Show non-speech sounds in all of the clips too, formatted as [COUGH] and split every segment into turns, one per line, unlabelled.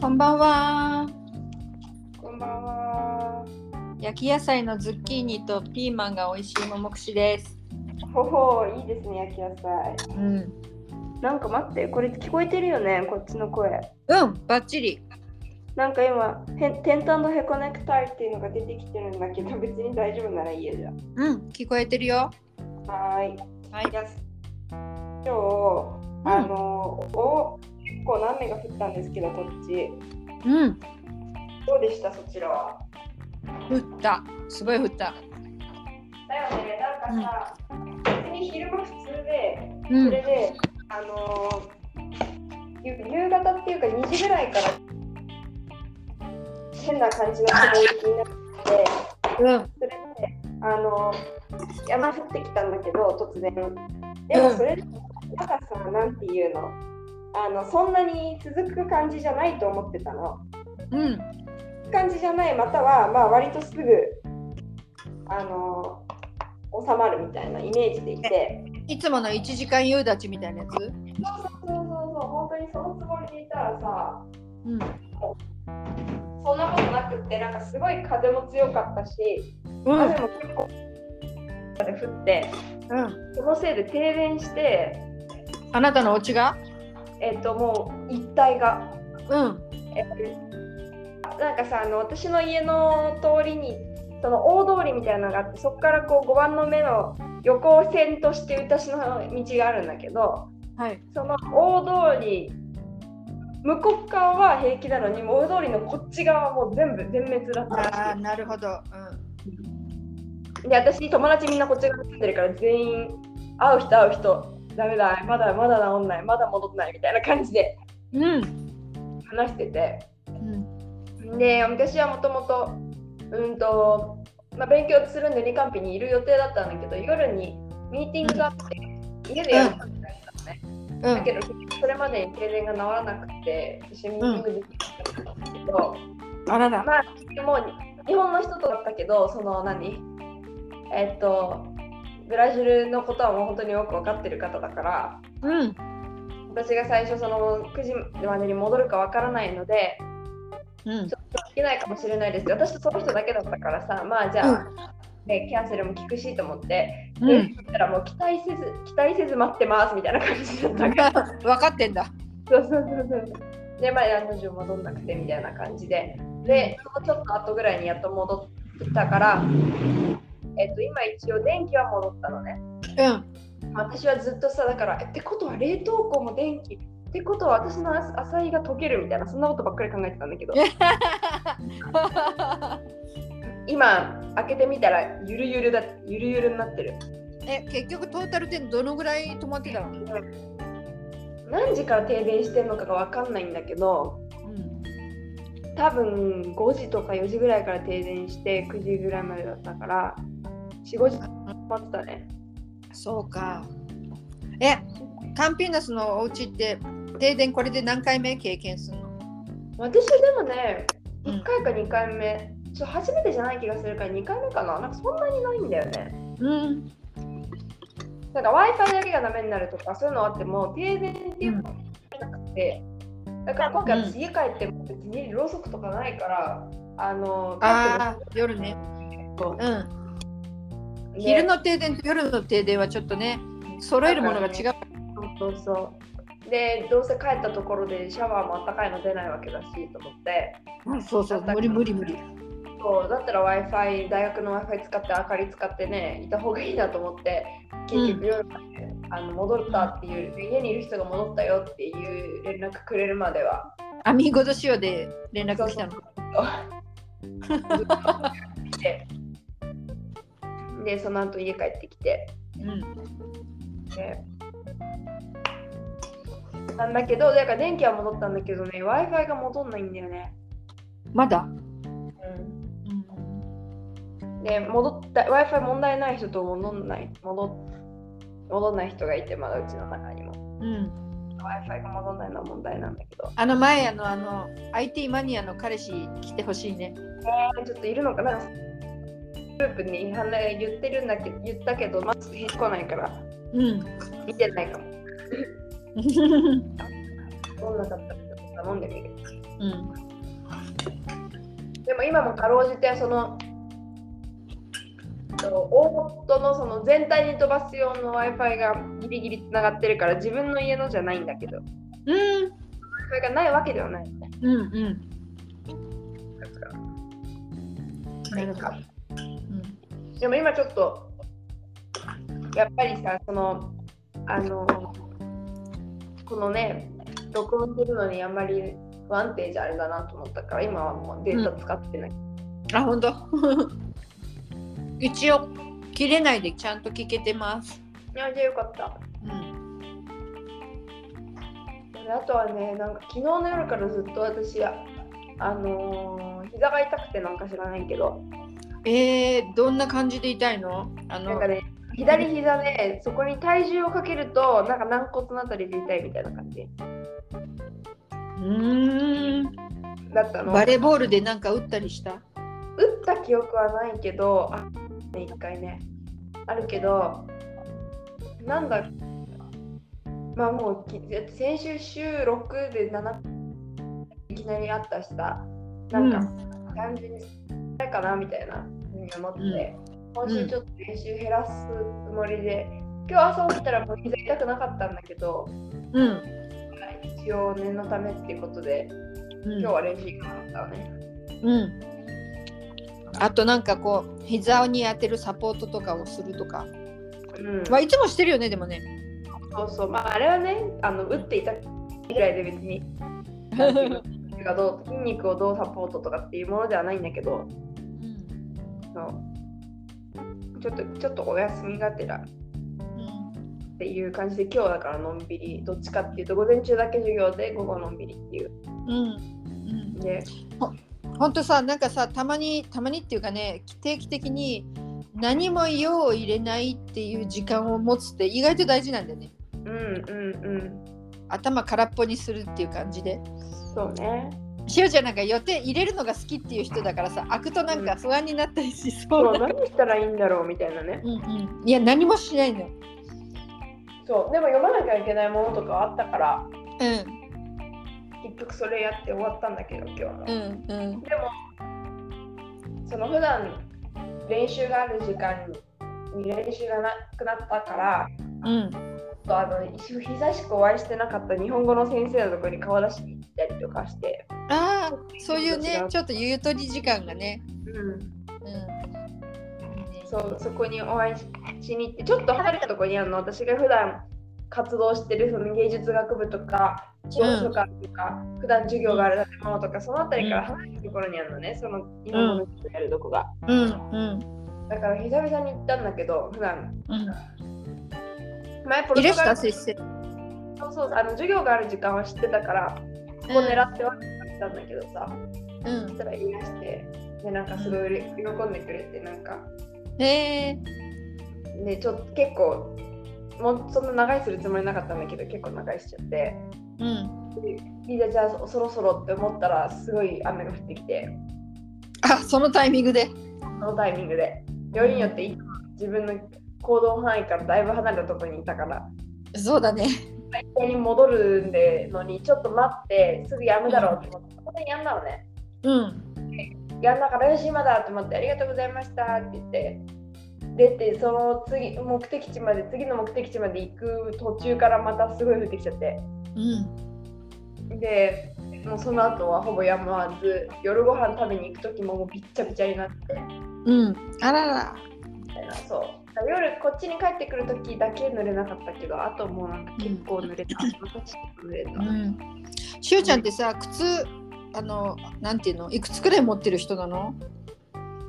こんばんは。
こんばんは。
焼き野菜のズッキーニとピーマンが美味しいももくしです。
ほほいいですね、焼き野菜。
うん。
なんか待って、これ聞こえてるよね、こっちの声。
うん、バッチリ。
なんか今、へテンタンドヘコネクタイっていうのが出てきてるんだけど、別に大丈夫ならいいよじゃ
うん、聞こえてるよ。
あ。はーい。
はい。
やす今日、あの、お結構な雨が降ったんですけど、こっち。
うん。
どうでした、そちらは。
降った。すごい降った。
だよね、なんかさ、別に昼間普通で、
う
そ
ん。
れで、あのーゆ夕方っていうか2時ぐらいから変な感じの雲行きになって
うん。
それで、あのー山降ってきたんだけど突然でもそれでなんかさなんていうのあのそんなに続く感じじゃないと思ってたの
うん。
感じじゃないまたはまあ割とすぐあのー収まるみたいなイメージでいて。
いつもの1時間夕立ちみたいなやつ
そうそうそう、本当にそのつもりでいたらさ、
うん。
そんなことなくって、なんかすごい風も強かったし、
う
雨も結構降って、
うん。
そのせいで停電して、
あなたのお家が
えっ、と、もう一帯が。
うん。
えーなんかさあの私の家の通りにその大通りみたいなのがあってそこからこう5番の目の横線として私の道があるんだけど
はい。
その大通り向こう側は平気なのにもう大通りのこっち側はもう全部全滅だった
ああ、
ら
なるほど。
しいで私友達みんなこっち側に住んでるから全員会う人会う人ダメだまだまだ治んないまだ戻んないみたいな感じで
うん。うん。
話してて
うん。
で私はもともとうんと、まあ、勉強するんで理科日にいる予定だったんだけど夜にミーティングがあって家でやるみたいなね、
う
だ
ん。
けどそれまでに停電が治らなくて私ミーティングできなかったんだけど、
あらら。
まあでも日本の人とだったけどその何えっとブラジルのことはもう本当によく分かってる方だから
うん。
私が最初その9時までに戻るか分からないので
うん。
できないかもしれないですけど私とその人だけだったからさまあじゃあ、ね、キャンセルも聞くしと思って、
う
で
ん。
そしたらもう期待せず期待せず待ってますみたいな感じだった
[LAUGHS] 分
から
かってんだ。
そうそうそうそうでまあ案の定戻んなくてみたいな感じででそのちょっと後ぐらいにやっと戻ったからえっと今一応電気は戻ったのね
[LAUGHS] うん。
私はずっとさだからえってことは冷凍庫も電気ってことは私のアアサイが溶けるみたいなそんなことばっかり考えてたんだけど今開けてみたらゆるゆるだゆるゆるになってる
え、結局トータルでどのぐらい止まってたの
何時から停電してるのかが分かんないんだけど
うん。
多分5時とか4時ぐらいから停電して9時ぐらいまでだったから45時待ってたね
そうか。え、カンピーナスのお家って停電これで何回目経験するの
私でもね
うん
1回か2回目、ちょっと初めてじゃない気がするから2回目かななんかそんなにないんだよね
うん。
なんか w i f i だけがダメになるとかそういうのあっても停電っていうのはなくて、だから今回私家帰っても別にろうそくとかないからあの
ああ、夜ね。うん。昼
の
の停電と夜の停電はちょっとね、揃えるものが違う。
そうそうそう。で、どうせ帰ったところでシャワーもあったかいの出ないわけだしと思って、
うんそうそう、無理無理無理。
そうだったら Wi-Fi、大学の Wi-Fi 使って、明かり使ってね、いた方がいいなと思って、結局夜まで、あの戻ったっていう、家にいる人が戻ったよっていう連絡くれるまでは、
アミーゴド仕様で連絡来たの。
で、でその後家帰ってきて、
うん。
でなんだけど、だから電気は戻ったんだけどね、Wi-Fi が戻んないんだよね。
まだ
うん
うん。
で戻った w i f i 問題ない人と戻んない戻っ戻んない人がいてまだうちの中にも
う
w
ん。
i f i が戻んないのは問題なんだけど
あの前あのあの IT マニアの彼氏来てほしいね。
ちょっといるのかなグループに反対言ってるんだけど言ったけどまず返事来ないから
うん。
見てないかもどんなだったらちょっと頼んでみる
ううん。
でも今もかろうじてそのそう大元のその全体に飛ばす用の w i f i がギリギリつながってるから自分の家のじゃないんだけど
うん。
それがないわけではない
うんうん。
な
なんる
か
ほど。
でも今ちょっとやっぱりさそのあのこのね録音するのにあんまり不安定じゃあれだなと思ったから今はもうデータ使ってない、
うん、あ、本当。 [LAUGHS] 一応切れないでちゃんと聞けてます。
いやじゃあよかった
うん。
であとはねなんか昨日の夜からずっと私ああのー膝が痛くてなんか知らないけど
えー、どんな感じで痛いの？あ
なん
の
か。ね左膝でそこに体重をかけるとなんか軟骨のあたりで痛いみたいな感じ
うーん。
だったの
バレーボールでなんか打ったりした。
打った記憶はないけど、あ、ね、一回ね、あるけど、なんだ、まあもうき、先週週6で7、いきなりあったしさ、なんか、単純に、ないかなみたいなふうに思って、今週ちょっと練習減らすつもりで、今日朝起きたらもう膝痛くなかったんだけど、
うん。
一応念のためっていうことで、
うん。
今日は練習行かなかったわね。
うん。あとなんかこう膝に当てるサポートとかをするとか。
うん
まあいつもしてるよねでも [LAUGHS] ね。
そうそう、まあ、あれはね、あの打っていたぐらいで別に、なんていうの筋がどう筋肉をどうサポートとかっていうものではないんだけど、
うん。
そのちょっとちょっとお休みがてらっ
うん
ていう感じで、今日だからのんびり、どっちかっていうと、午前中だけ授業で、午後のんびりっていう。
うん。
で、
ほんとさなんかさたまにたまにっていうかね定期的に何も用を入れないっていう時間を持つって意外と大事なんだよね
うんうんうん、
頭空っぽにするっていう感じで
そうね。
しおちゃんなんか予定入れるのが好きっていう人だからさ開くとなんか不安になったりしそう
そ
な
う、何したらいいんだろうみたいなね。
うんうんいや何もしないの
そう、でも読まなきゃいけないものとかあったから、
うん
結局それやって終わったんだけど、今日も。
うんうん
でもその普段練習がある時間に練習がなくなったから
うん
ちょっとあの久しくお会いしてなかった日本語の先生のところに顔出しに行ったりとかして、
ああそういうねちょっとゆとり時間がねうんいいね
そうそこにお会いしに行ってちょっと離れたところにあるの私が普段活動してるその芸術学部とか図書館とか、普段授業がある建物とかその辺りから離れたところにあるのねその日本語の人やるとこが、
うんうん
だから久々に行ったんだけど普段
うん
前ポ
いる
ルト
し
ガ
か
ル
先生
そうそうあの授業がある時間は知ってたからここ狙ってはったんだけどさ、
うん
そしたら言い出してでなんかすごい喜んでくれてなんか
へえ
ねちょっと結構もうそんな長いするつもりなかったんだけど結構長いしちゃって
うん。
リーダーじゃあそろそろって思ったらすごい雨が降ってきて
あ、そのタイミングで。
そのタイミングでよりによっていつも自分の行動範囲からだいぶ離れたところにいたから
そうだね。
一回に戻るんでのにちょっと待ってすぐやむだろうって思って当然やんだのね
うん。
やんだからよし今だと思ってありがとうございましたって言って出てその次目的地まで次の目的地まで行く途中からまたすごい降ってきちゃって
うん。
でもうその後はほぼやまわず夜ご飯食べに行く時ももうびっちゃびちゃになって
うん。あらら。
みたいなそう夜こっちに帰ってくる時だけ濡れなかったけどあともうなんか結構濡れた、またちょっと濡れた、
ん。しおちゃんってさ、靴、あの、なんていうの、いくつくらい持ってる人なの。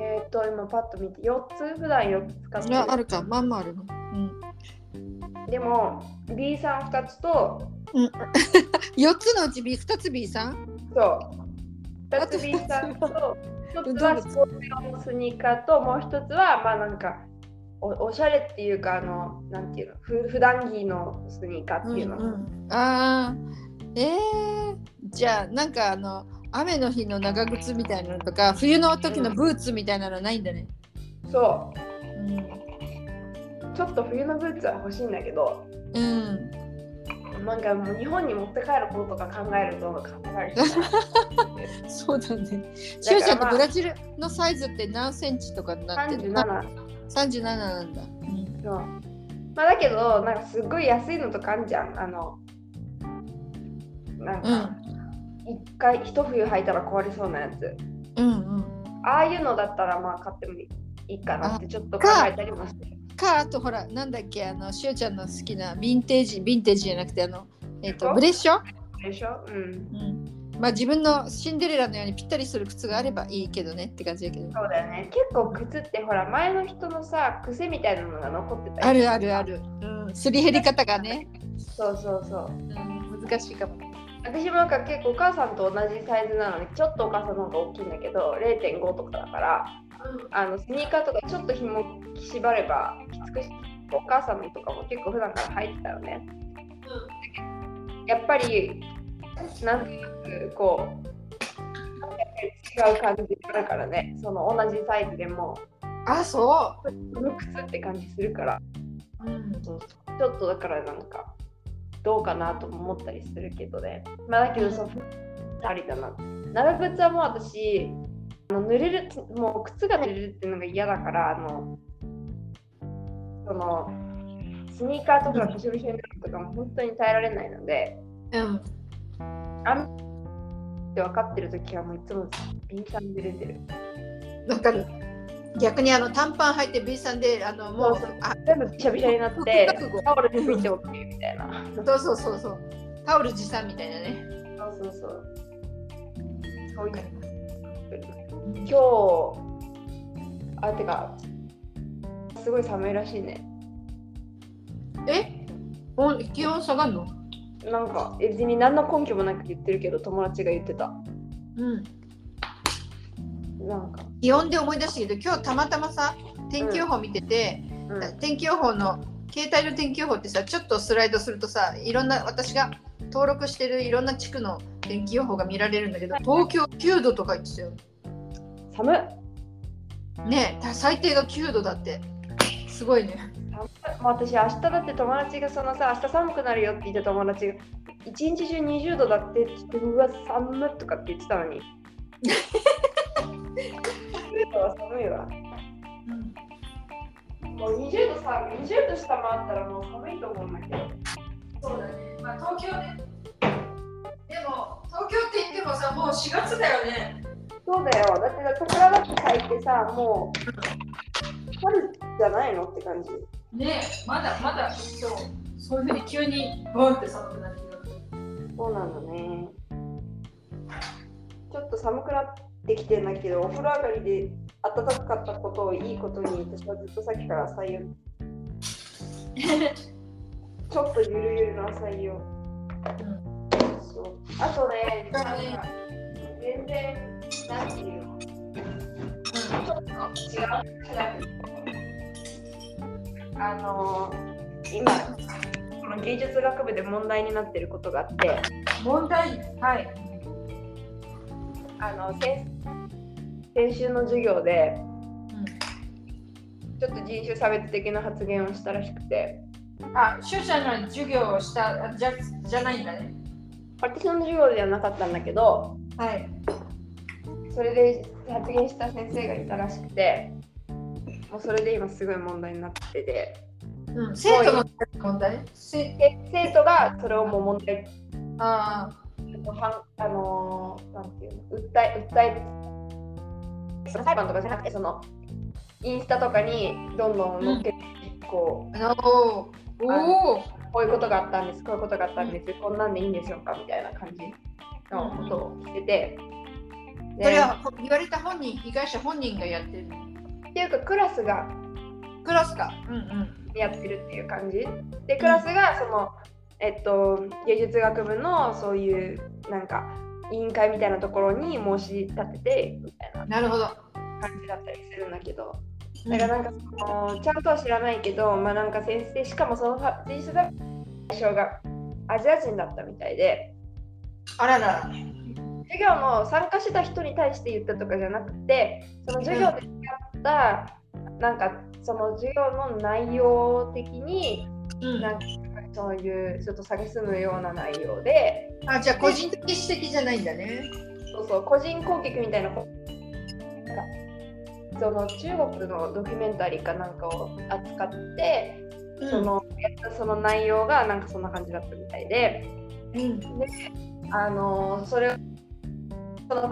えっ、ー、と今パッと見て4つ普段4つ使って
いや、あるか、まんまあるの。うん。
でも B さん2つと
四つのうち B、二つ B さん。
そう。2つ B さんと、1つはスポーツ用のスニーカーと、もう1つは、まあなんか、おおしゃれっていうか、あの、なんていうの、ふ普段着のスニーカーっていうの。
ん。ああ。ええー。じゃあ、なんか、あの。雨の日の長靴みたいなのとか冬の時のブーツみたいなのないんだね。
そ
うん
う、ちょっと冬のブーツは欲しいんだけど、
うん
うん、なんかもう日本に持って帰ることとか考えると考える人が
そうだね。しおちゃんのブラジルのサイズって何センチとかになってるの
37
?37 なんだ。
そうまあだけどなんかすっごい安いのとかあんじゃんあのなんか一回一冬履いたら壊れそうなやつ
うんうん
ああいうのだったらまあ買ってもいいかなってちょっと考えたりもして
うん。か、あとほら、なんだっけ、あの、しおちゃんの好きなヴィンテージ、ヴィンテージじゃなくて、あの、えっ、と、ブレッション、
るでしょうん
まあ自分のシンデレラのようにぴったりする靴があればいいけどねって感じだけど。
そうだよね結構靴ってほら前の人のさ癖みたいなのが残ってたり
あるあるある。うん。すり減り方がね、
そうそうそう
うん、難しいかも。
私もなんか結構お母さんと同じサイズなのにちょっとお母さんの方が大きいんだけど0.5とかだからあのスニーカーとかちょっと紐縛ればきつくしお母さんのとかも結構普段から入ってたよね、やっぱりなんとなくこうやっぱり違う感じだからねその同じサイズでも
あ、そ
この靴って感じするから
う。うん。
ちょっとだからなんかどうかなとも思ったりするけどね。まあだけどそうありだな。長靴はもう私あの濡れるもう靴が濡れるっていうのが嫌だからあのそのスニーカーとかびしょびしょになるとかも本当に耐えられないので
うん。
って分かってる時はもういつも敏感に濡れてる。
わかる。逆にあの短パン履いて B さんであのもう
そうそう
あ
全部びしゃびしゃになって
覚悟
タオルで拭いておくみたいな。
そうそうそうそうタオル持参みたいなね。
そうそうそう。そういう
今
今日あてかすごい寒いらしいね
日えお気温下がるの？
なんかえ別に何の根拠もなく言ってるけど友達が言ってた
うん。
なんか、
気温で思い出したけど今日たまたまさ天気予報見てて、
うん、
天気予報の携帯の天気予報ってさちょっとスライドするとさいろんな私が登録してるいろんな地区の天気予報が見られるんだけど東京9度とか言ってたよ。
寒っ
ねえ最低が9度だってすごいね。
寒っもう私明日だって友達がそのさ明日寒くなるよって言った友達が一日中20度だってって言ってうわ寒っとかって言ってたの [LAUGHS] に20度は寒いわもう20度さ20度下回ったらもう寒いと思うんだけど
そうだね。まあ東京ね。でも東京って言ってもさもう4月だよね。
そうだよ。だって桜だって咲いてさ、もう春じゃないのって感じ。
ねえまだまだ今日そういうふうに急にボンって寒くなってる。
そうなんだね。ちょっと寒くなってきてんだけど、お風呂上がりで暖かかったことをいいことに、私はずっとさっきから採用。ちょっとゆるゆるな採用。そうあとね、なんか全然、なんていうの、違うあの今この芸術学部で問題になってることがあって
問題はい。
あの先先週の授業でちょっと人種差別的な発言をしたらしくて
あ、しゅうちゃんの授業をしたあじゃじゃないんだね。
私の授業ではなかったんだけど
はい。
それで発言した先生がいたらしくてもうそれで今すごい問題になってて
うん、生徒の問題せ
で生徒がそれをもう問題
ああ。
はあのーなんていうの訴え訴えその裁判とかじゃなくてそのインスタとかにどんどん載っけて、こ
あのおおー。
うこういうことがあったんですこういうことがあったんです、こんなんでいいんでしょうかみたいな感じのことをしてて、で
それは言われた本人、被害者本人がやってる。
っていうかクラスが
クラスか。うんうん。
やってるっていう感じでクラスがその、えっと芸術学部のそういうなんか委員会みたいなところに申し立ててみたいな
なるほど。
感じだったりするんだけど
だ
だ
か
かららなんかそのちゃんとは知らないけど、まあなんか先生、しかもそのさ人種だ対象がアジア人だったみたいで、
あらら。
授業の参加してた人に対して言ったとかじゃなくて、その授業で使った、なんかその授業の内容的に、
うん
なんかそういうちょっと蔑むような内容で
あじゃあ個人的指摘じゃないんだね。
そうそう個人攻撃みたいなこなんかその中国のドキュメンタリーかなんかを扱って、そのやったその内容がなんかそんな感じだったみたいで。
うん
あのそれをその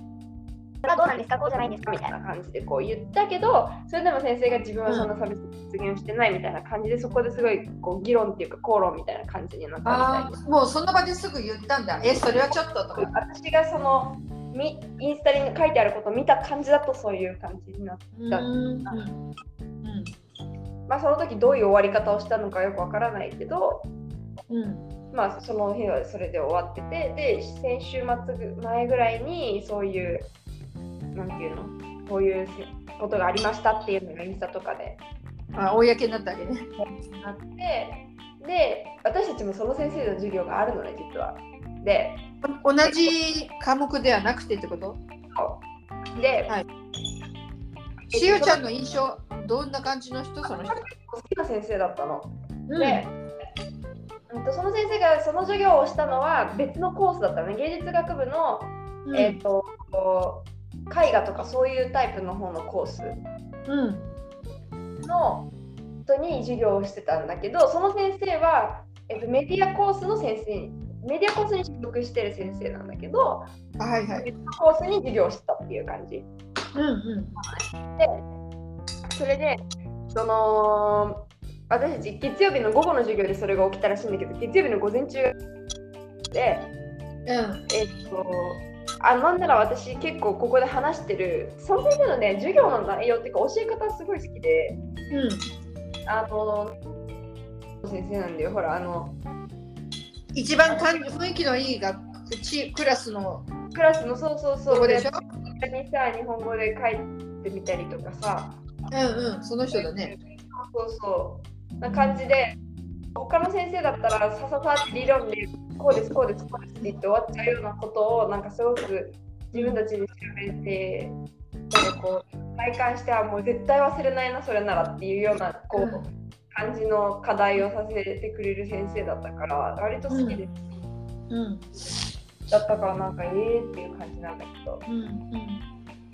どうなんですかこうじゃないんですかみたいな感じでこう言ったけどそれでも先生が自分はそんな差別実現してないみたいな感じでそこですごいこう議論っていうか口論みたいな感じになった
あ
みたい
ーもうその場ですぐ言ったんだ。え、それはちょっととか。
です私がそのみインスタに書いてあることを見た感じだとそういう感じになって、
うんうん
まあ、その時どういう終わり方をしたのかよくわからないけど、
うん
まあ、その日はそれで終わっててで先週末ぐ前ぐらいにそういうなんていうのこういうことがありましたっていうのがインスタとかで
あ公になったわけね。
あってで私たちもその先生の授業があるのね実は。で
同じ科目ではなくてってこと
で、
はい
え
しおちゃんの印象、どんな感じの人その人。
好きな先生だったの。
うん
で、うんとその先生がその授業をしたのは別のコースだったのね芸術学部の、
うん
えっと絵画とかそういうタイプの方のコース
うん
の人に授業をしてたんだけどその先生は、えっと、メディアコースの先生メディアコースに所属してる先生なんだけど
あはいはい。
コースに授業をしてたっていう感じ
うんうん
それでその私たち月曜日の午後の授業でそれが起きたらしいんだけど月曜日の午前中で
うん
えっとあなんなら私結構ここで話してるその先生のね授業の内容っていうか教え方すごい好きで。
うん
あの先生なんだよほらあの
一番感じ雰囲気のいい学ちクラスの
クラスのそうそうそう
とこでしょ。
下にさ日本語で書いてみたりとかさ
うんうんその人だね。
そうそうな感じで他の先生だったらさささって理論でこうですこうですこうですって言って終わっちゃうようなことをなんかすごく自分たちで調べてなんかこう体感してはもう絶対忘れないなそれならっていうようなこう、
うん
感じの課題をさせてくれる先生だったから割と好きで、
うん
だったからなんかええっていう感じなんだけど
うんうん。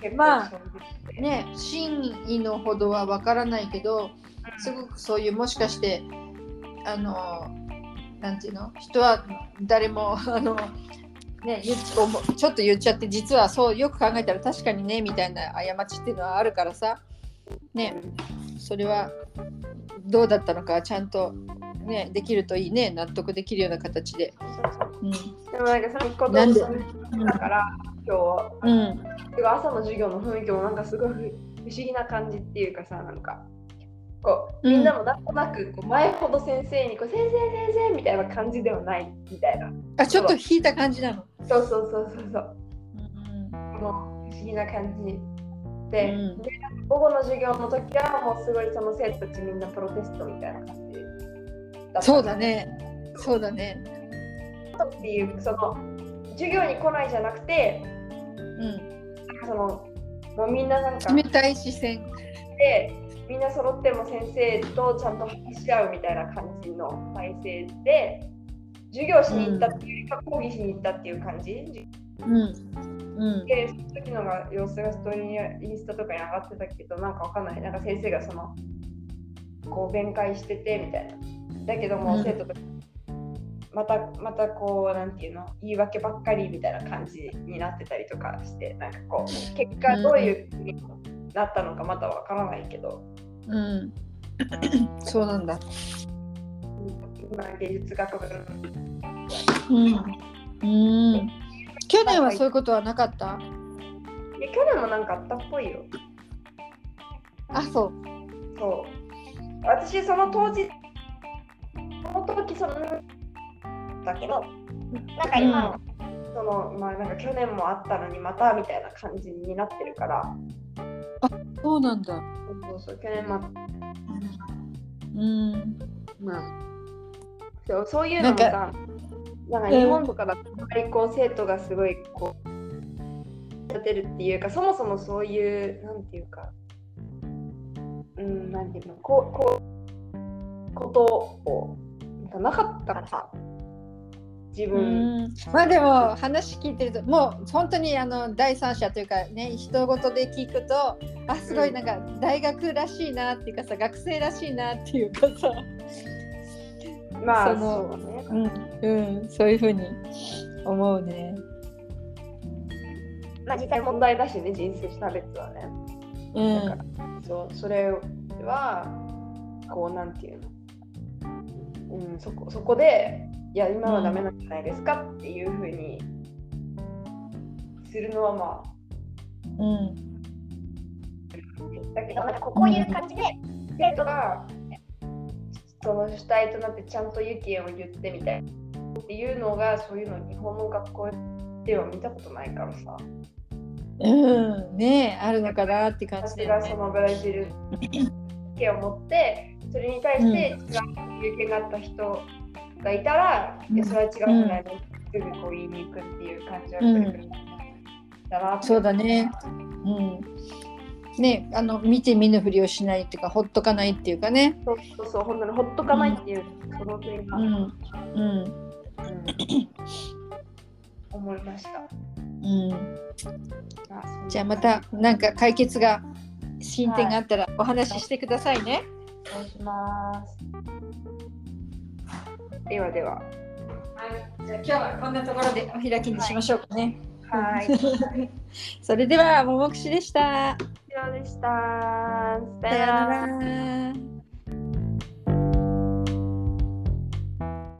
結構
まあ
衝撃的で
ね真意のほどはわからないけど。すごくそういうもしかしてあのなんていうの人は誰もあのね言っ思うちょっと言っちゃって実はそうよく考えたら確かにねみたいな過ちっていうのはあるからさねそれはどうだったのかちゃんとねできるといいね納得できるような形で。う
でもなんかそういうこと
なんで
だから今
ん、うん、
日てか朝の授業の雰囲気もなんかすごい不不思議な感じっていうかさなんかこう
うん
みんなもなんとなくこう前ほど先生にこう先生先生みたいな感じではないみたいな
あちょっと引いた感じなの。
そうそうそうそうそう
うん
この不思議な感じで,、
うん
で午後の授業の時はもうすごいその生徒たちみんなプロテストみたいな感じった
そうだねそうだね。
っていうその授業に来ないじゃなくて
うん、
そのもうみんななんか
冷たい視線。
でみんな揃っても先生とちゃんと話し合うみたいな感じの体制で授業しに行ったっていうよりか講義しに行ったっていう感じ
うんうん
でその時のが様子がストーリーにやインスタとかに上がってたけどなんかわかんないなんか先生がそのこう弁解しててみたいなだけども
うん
生徒とかまたまたこうなんていうの言い訳ばっかりみたいな感じになってたりとかしてなんかこう結果どういうふうになったのかまたわからないけど
うん、 [COUGHS] そうなんだ。
今芸術学部の
うん、うん。去年はそういうことはなかった。
いや去年もなんかあったっぽいよ
あ、そう。
そう私その当時その時そのだけどなんか今の、そのまあなんか去年もあったのにまたみたいな感じになってるから
そうなんだ。
そうそうそう去年もあっ
うん。
まあそうそういうのもさなんか日本とかだとあんまりこう生徒がすごいこう立てるっていうかそもそもそういうなんていうかうんなんていうのこうこうことをがなかったから自
う
分
んまあでも話聞いてるともう本当にあの第三者というかね人ごとで聞くとあすごいなんか大学らしいなっていうかさ学生らしいなっていうかさ、
まあ
その
そうね
うんそういうふうに思うね。
まあ実際問題だしね人種差別はね
う
だからそうそれはこうなんていうの、うん、そこそこでいや今はダメなんじゃないですかっていうふうにするのはまあ
うん
だけどなんかこういう感じで生徒がその主体となってちゃんと意見を言ってみたいっていうのがそういうの日本の学校では見たことないからさ
うん、ねえあるのかなって感じだ
私
よね
がそ。のブラジル意見を持ってそれに対して違う意見があった人がいたら、
うん
いやそれは違うじゃないのすぐこう言いに行くっていう感じは
うん
やっぱりだなって
そうだね。うん。ねあの見て見ぬふりをしないっていうかほっとかないっていうかね。
そうそうそう本当にほっとかないっていう、その点が、
う
うん
ん。うん。
思いました
うん。じゃあまたなんか解決が進展があったらお話ししてくださいね。
そうしますではでは
はい。じゃあ今日はこんなところでお開きにしましょうかね。 [LAUGHS]
はいで
それではももくしでした。
はでしたさ
さ
よ
よ
なら
うなら。